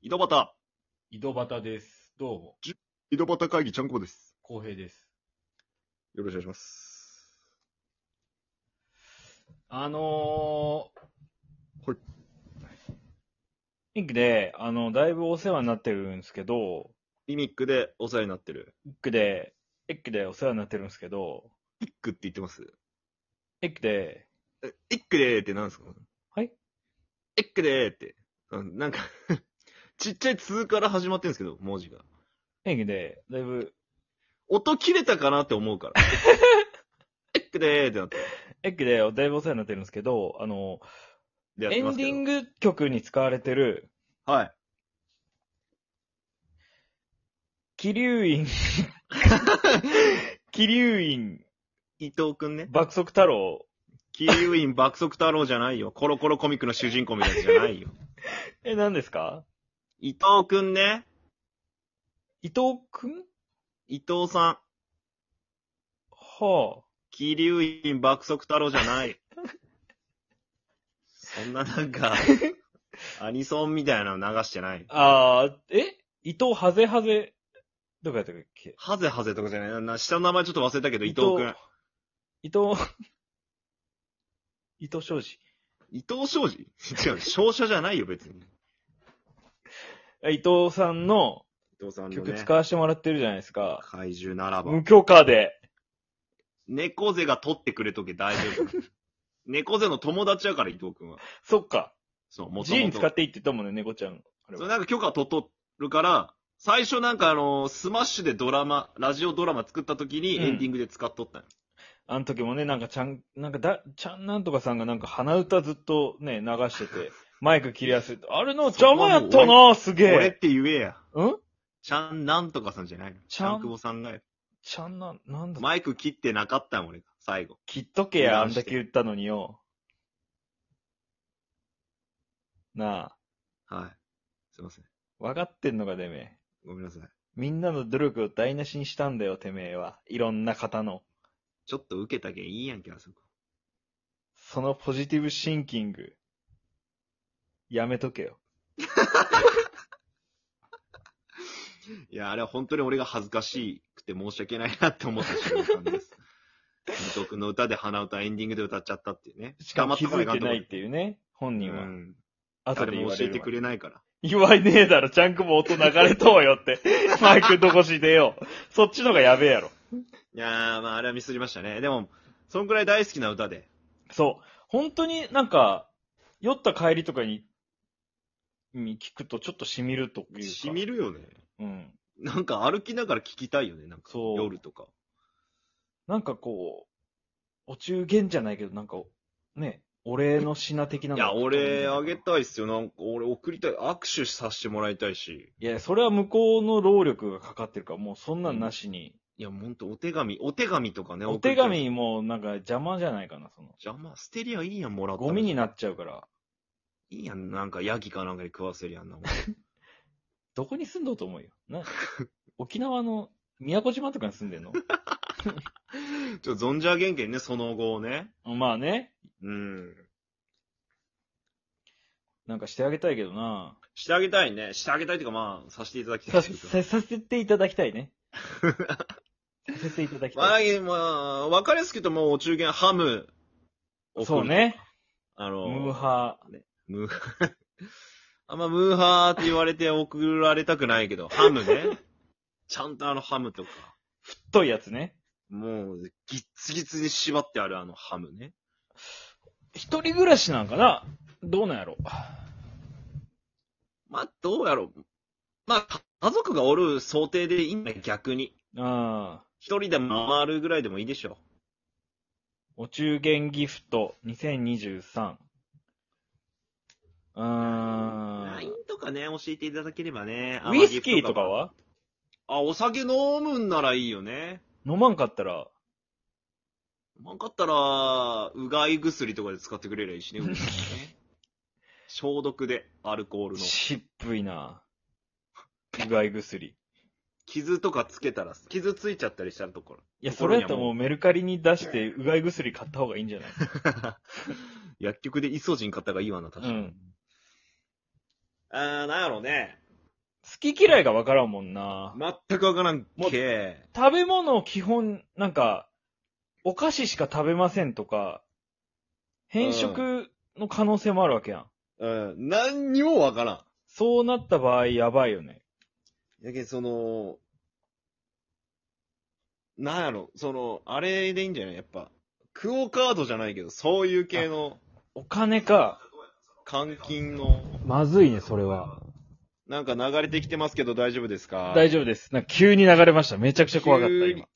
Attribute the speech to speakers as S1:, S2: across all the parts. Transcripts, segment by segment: S1: 井戸端、
S2: 井戸端です。どうも、
S1: 井戸端会議ちゃんこです。
S2: 浩平です。
S1: よろしくお願いします。
S2: あのー、
S1: はい。
S2: リンクで、あの、だいぶお世話になってるんですけど、
S1: リミックでお世話になってる。
S2: エックで、エックでお世話になってるんですけど、
S1: イックって言ってます
S2: エックで、
S1: えイックでーって何ですか
S2: はい
S1: イックでーって。あなんか、 ちっちゃい通から始まってるんですけど、文字が。
S2: エックで、だいぶ、
S1: 音切れたかなって思 うから。イックでーってなって。
S2: エックで、だいぶお世話になってるんですけど、あの、
S1: でやっ
S2: エ
S1: てま
S2: ン
S1: す
S2: デ
S1: けど
S2: ィング曲に使われてる、
S1: はい。
S2: キリュウイン、キリュウイン、
S1: 伊藤くんね。
S2: 爆速太郎、
S1: キーウィン爆速太郎じゃないよ。コロコロコミックの主人公みたいなやつじゃないよ。
S2: え、何ですか
S1: 伊藤くんね。
S2: 伊藤くん
S1: 伊藤さん。
S2: はあ。
S1: キリュウイン爆速太郎じゃない。そんななん か、アニソンみたいなの流してない。
S2: あー、え伊藤ハゼハゼ、どこやったっけ
S1: ハゼハゼとかじゃないな。な下の名前ちょっと忘れたけど、伊藤くん。
S2: 伊藤、 伊藤昌司。
S1: 伊藤商事 違う、商社じゃないよ、別に。
S2: 伊藤さんの
S1: 伊藤さんの
S2: 曲
S1: ね
S2: 使。わせてもらってるじゃないですか。
S1: 怪獣ならば。
S2: 無許可で。
S1: 猫背が取ってくれとけ大丈夫。猫背の友達やから、伊藤くんは。
S2: そっか。
S1: そう、もと
S2: 自由
S1: も
S2: に使っ
S1: と。
S2: ていいって言ったもんね、猫ちゃん。あれ
S1: それ
S2: は
S1: なんか許可取っとるから、最初なんかあの、スマッシュでドラマ、ラジオドラマ作った時に
S2: うん
S1: エンディングで使っとったんよ
S2: あの時もね、なんかちゃん、なんかだ、ちゃんなんとかさんがなんか鼻歌ずっとね、流してて、マイク切りやすい。あれの邪魔やったなすげ
S1: 俺っ
S2: え。
S1: て言えや。
S2: ん
S1: ちゃんなんとかさんじゃないの
S2: ちゃん
S1: ちゃんくぼさんがよ
S2: ちゃんなん、なんだ、
S1: マイク切ってなかったん俺が、最後。
S2: 切っとけや、あんだけ言ったのによ。なあ。
S1: はい。すいません。
S2: 分かってんのか、てめえ。
S1: ごめんなさい。
S2: みんなの努力を台無しにしたんだよ、てめえは。いろんな方の。
S1: ちょっと受けたけんいいやんけ、あそこ。
S2: そのポジティブシンキング。やめとけよ。
S1: いや、あれは本当に俺が恥ずかしくて申し訳ないなって思った瞬間 です。伊藤君の歌で鼻歌エンディングで歌っちゃったっていうね。
S2: しかも気づいてないっ
S1: いう。
S2: ていうね、本人
S1: う
S2: は。
S1: ん。
S2: 後で
S1: 誰
S2: 言
S1: も
S2: わ
S1: 教
S2: れ
S1: え
S2: る
S1: て
S2: わ
S1: くれないから。
S2: 言わねえだろ、ちゃんくも音流れとうよって。マイクどこしでよ。そっちのがやべえやろ。
S1: いやー、まああれはミスりましたね。でも、そんくらい大好きな歌で。
S2: そう。本当になんか、酔った帰りとかに、に聞くとちょっと染みるというか。
S1: しみるよね。
S2: うん。
S1: なんか歩きながら聞きたいよね、なんか。
S2: そう。
S1: 夜とか。
S2: なんかこう、お中元じゃないけど、なんか、ね、お礼の品的ないの
S1: や、俺、あげ
S2: い
S1: たいっすよ。なんか、俺、送りたい。握手させてもらいたいし。
S2: や、それは向こうの労力がかかってるから、もうそんなんなしに。
S1: いや、ほんと、お手紙、お手紙とかね、
S2: お
S1: 送
S2: 手
S1: りたい
S2: 紙もなんか邪魔じゃないかな、その。
S1: 邪魔、捨てりゃいいやん、もらったら
S2: ゴミになっちゃうから。
S1: いいやん、なんか、ヤギかなんかに食わせりゃんなもん。
S2: どこに住んどうと思うよ。な、沖縄の宮古島とかに住んでんの
S1: ちょ、存じ上げんけんね、その後をね。
S2: まあね、
S1: うん。
S2: なんかしてあげたいけどな。
S1: してあげたいね。してあげたいっていうか、まあ、させていただきた
S2: さ、
S1: いけど。
S2: ささせていただきたい ね。させていただき
S1: ま
S2: たい。
S1: あ、まあ、わかりやすく言うと、もう、お中元、ハム、
S2: そう。ね。
S1: あの、
S2: ムーハ
S1: ムー ハー。あんまムーハーって言われて送られたくないけど、ハム ね。ちゃんとあのハムとか。
S2: ー。太いやつね。
S1: もう、ギッツギツに縛ってあるあのハムね。
S2: 一人暮らしなんかなどうなんやろ
S1: まあ、どうやろう。まあ、家族がおる想定でいいんだよ、逆に。
S2: ああ。
S1: 一人で回るぐらいでもいいでしょ。
S2: お中元ギフト2023。うーん
S1: LINE。とかね、教えていただければね。
S2: ウイスキーとか
S1: は
S2: は
S1: あ、お酒飲むんならいいよね。
S2: 飲まんかったら、
S1: まんかったら、うがい薬とかで使ってくれりゃいいしね、うがいね消毒で、アルコールの。
S2: 渋いな。うがい薬。い
S1: 傷とかつけたら、傷ついちゃったりしたところ。
S2: や、それやったらもうメルカリに出してうがい薬買った方がいいんじゃない
S1: 薬局でイソジン買った方がいいわな、確かに。
S2: うん
S1: あー、なんやろうね。
S2: 好き嫌いがわからんもんな。
S1: 全くわからん
S2: もう
S1: け。
S2: 食べ物を基本、なんか、お菓子しか食べませんとか、変色の可能性もあるわけやん。
S1: うん。何にもわからん。
S2: そうなった場合、やばいよね。
S1: やけん、その、なんやろ、その、あれでいいんじゃないやっぱ、クオカードじゃないけど、そういう系の
S2: お金か。
S1: 換金の、
S2: まずいね、それは。
S1: なんか流れてきてますけど大丈夫ですか
S2: 大
S1: 丈
S2: 丈夫です。なんか急に流れました。めちゃくちゃ怖かった、
S1: 急に
S2: 今。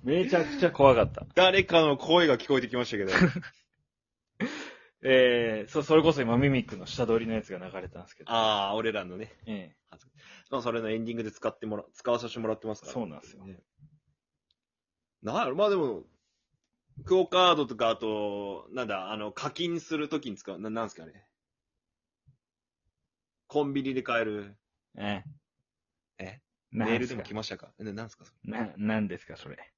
S2: めちゃくちゃ怖かった。
S1: 誰かの声が聞こえてきま したけど。
S2: えー、そ、それこそ今ミミックの下取りのやつが流れたんですけど。
S1: ああ、俺らのね。
S2: ええ
S1: まあ、それのエンディングで使ってもら、使わさせてもらってますから。
S2: そうなんですよ。
S1: ねなんやろ、まあでも、クオカードとか、あと、なんだ、あの、課金するときに使う、な、なんすかね。コンビニで買える、
S2: ええ。
S1: え
S2: な
S1: メール
S2: んで
S1: ですも
S2: か
S1: 来ましたかな、なんすかそれ
S2: な、なんですか、それ。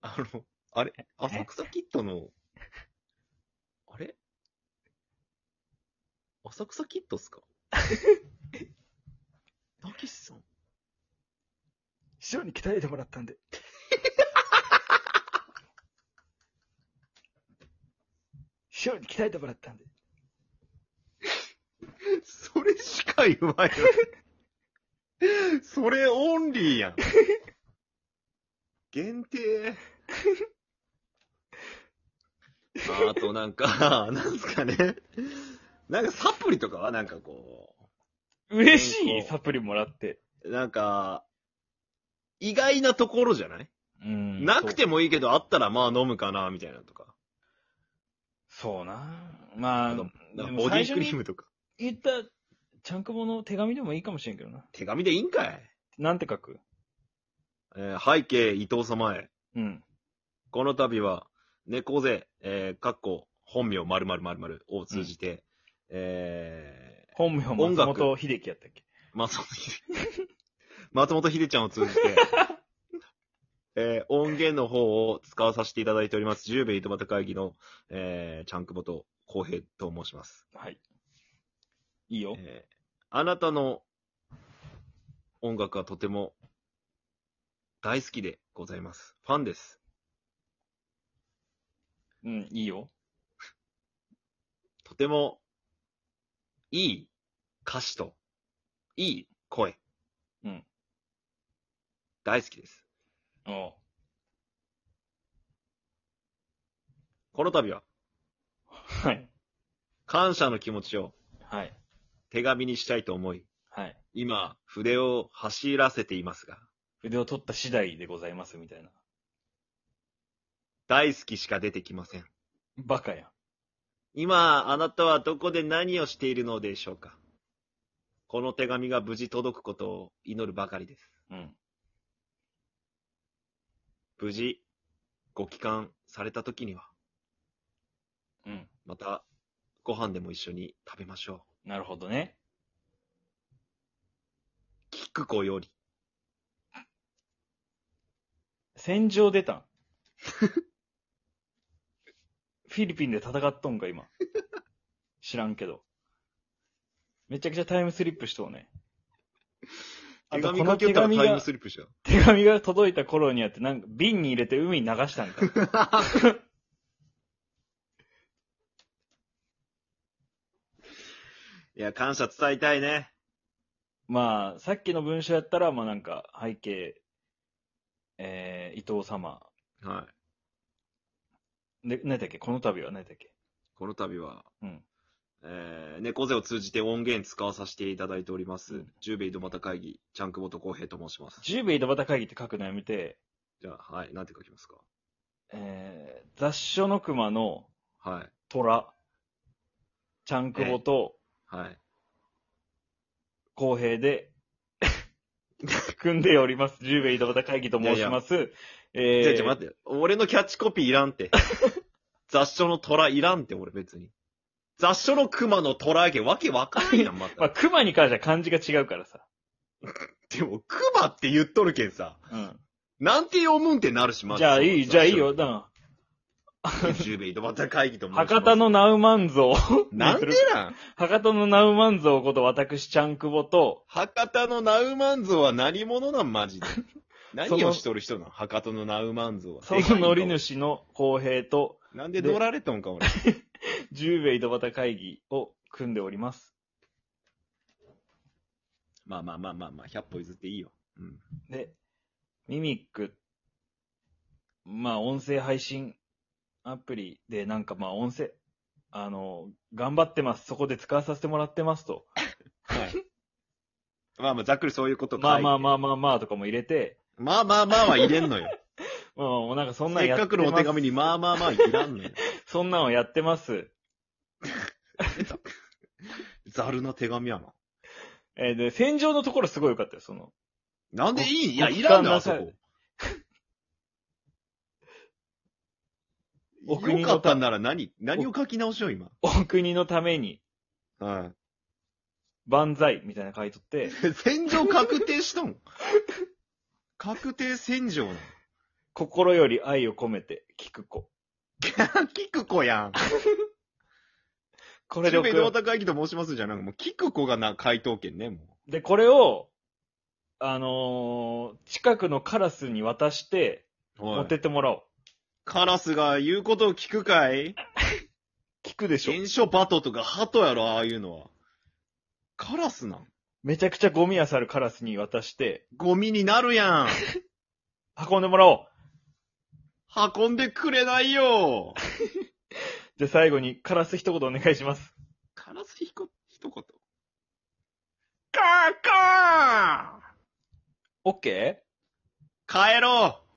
S1: あの、あれ浅草キッドの、あれ浅草キッドっす かたけしさん
S2: 師匠に鍛えてもらったん で。師匠に鍛えてもらったんで。
S1: それしか言わんよ。それオンリーやん。限定。ああとなんか、なんすかね。なんかサプリとかはなんかこ
S2: 嬉し
S1: 健
S2: い
S1: 康
S2: サプリもらって。
S1: う、なんか、意外なところじゃない、
S2: うん
S1: なくてもいいけどあったらまあ飲むかな、みたいなとか。
S2: そう。そうな。まあ、
S1: あとなん
S2: で
S1: か
S2: も
S1: ボデ
S2: 最
S1: ィ
S2: 初
S1: クリー
S2: に
S1: ムとか。
S2: 言った、ちゃんくぼの手紙でもいいかもしれんけどな。
S1: 手紙でいいんかい、
S2: なんて書く
S1: えー背景伊藤様へ。
S2: うん。
S1: この度は、猫背、えー、かっこ、本名〇〇〇〇を通じて、え
S2: 本名
S1: 音
S2: 松
S1: 楽
S2: 本秀樹やったっけ
S1: ー、松本秀、 松本秀ちゃんを通じて、えー、音源の方を使わさせていただいております、十兵衛糸端会議の、えー、ちゃんくぼと浩平と申します。
S2: はい。いいよ。
S1: えーあなたの音楽はとても大好きでございます。ファンです。
S2: うん、いいよ。
S1: とても、いい歌詞と、いい声。
S2: うん。
S1: 大好きです。
S2: おう
S1: この度は、
S2: はい。
S1: 感謝の気持ちを
S2: はい。
S1: 手紙にしたいと思い、
S2: はい。
S1: 今、筆を走らせていますが、
S2: 筆を取った次第でございます、みたいな。
S1: 大好きしか出てきません。
S2: バカやん。
S1: 今、あなたはどこで何をしているのでしょうかこの手紙が無事届くことを祈るばかりです。
S2: うん。
S1: 無事、ご帰還された時には、
S2: うん。
S1: また、ご飯でも一緒に食べましょう。
S2: なるほどね。
S1: キクコより。
S2: 戦場出たん。フィリピンで戦っとんか、今。知らんけど。めちゃくちゃタイムスリップしとうね。あ
S1: 手
S2: と
S1: 紙
S2: こ
S1: 書
S2: の
S1: け
S2: 手
S1: たら
S2: 紙
S1: タイム
S2: が、
S1: スリップしちゃう。
S2: 手紙が届いた頃にやって、なんか瓶に入れて海に流したんか。
S1: いや、感謝伝えたいね。
S2: まあ、さっきの文章やったら、まあなんか、背景、えー、伊藤様。
S1: はい。
S2: で、何だっけこの度は何だっけ
S1: この度は、
S2: うん
S1: えー、猫背を通じて音源使わさせていただいておりま
S2: う
S1: す
S2: ん。
S1: 十兵衛井戸端会議、ちゃんくぼとこうへいと申します。
S2: 十兵衛井戸端会議って書くのやめて、
S1: じゃあ、はい、なんて書きますか
S2: えー、雑所の熊の
S1: はい、
S2: 虎、ちゃんくぼと
S1: はい。
S2: 公平で、 組んでおります。十兵衛井戸端会議と申します。えー、
S1: じゃあ、じゃあ待って、俺のキャッチコピーいらんっ て。雑所の虎いらんって、俺別に。雑所の熊の虎やけん、わけわかんないやん、ま
S2: まあ、
S1: た。
S2: 熊に関しては漢字が違うからさ。
S1: でも、熊って言っとるけんさ。
S2: うん。
S1: なんて読むんってなるし、まず
S2: じゃあいい、
S1: 雑所の
S2: じゃあいいよ。だから
S1: 10ベイドバタ会議と申します
S2: 博多、のナウマンゾウ。
S1: なんでなん
S2: 博多のナウマンゾウこと私、ちゃんくぼと、
S1: 博多のナウマンゾウは何者なんマ ジで。何をしとる人なん博多のナウマンゾウは。
S2: その乗り
S1: でかいんか
S2: 主の公平と、
S1: 俺なんで乗られたんか俺。
S2: 十兵衛井戸端会議を組んでおります。
S1: まあまあまあまあまあ、100歩譲っていいよ。うん。
S2: で、ミミック、まあ、音声配信アプリで、なんかまあ、音声、あの、頑張ってます。そこで使わさせてもらってますと。
S1: はい。まあまあ、ざっくりそういうこと
S2: まあまあ
S1: あ。
S2: まあまあまあとかも入れて、
S1: まあまあまあは入れんのよ。
S2: まあまあもうなんか そんなん
S1: せ
S2: や
S1: っ
S2: ってま
S1: か
S2: す。
S1: くのお手紙にまあまあまあいら んのよ。
S2: そんなんをやってます。
S1: ざるの手紙やな。
S2: えーで、戦場のところすごい良かったよ、その。
S1: なんでいいいや、
S2: 極
S1: い
S2: 端
S1: らんのよ、
S2: な
S1: あそこ。
S2: お国の
S1: よかったんなら何何を書き直しよう、今。
S2: お国のために、
S1: は
S2: 万歳みたいなの書いとって、
S1: い。戦場確定しと ん。確定戦場なの。
S2: 心より愛を込めて、聞く子。
S1: キクコやん。
S2: こ
S1: こ
S2: れ
S1: れ
S2: で
S1: で
S2: 送
S1: 平
S2: ろ
S1: 等会議と申しますじゃなくもう、キクコがな、回答権ね、も
S2: うで、これを、あのー近くのカラスに渡して、
S1: う。
S2: 持
S1: お
S2: って
S1: い。
S2: ってもらおう。
S1: カラスが言うことを聞くかい
S2: 聞くでしょ。
S1: 現象バトとかハトやろ、ああいうのは。カラスなん
S2: めちゃくちゃゴミ漁るカラスに渡して、
S1: ゴミになるやん。
S2: 運んでもらおう。
S1: 運んでくれないよ。
S2: じゃあ最後にカラス一言お願いします。
S1: カラスひこ、一言。カーカ
S2: オッケー
S1: ー帰ろう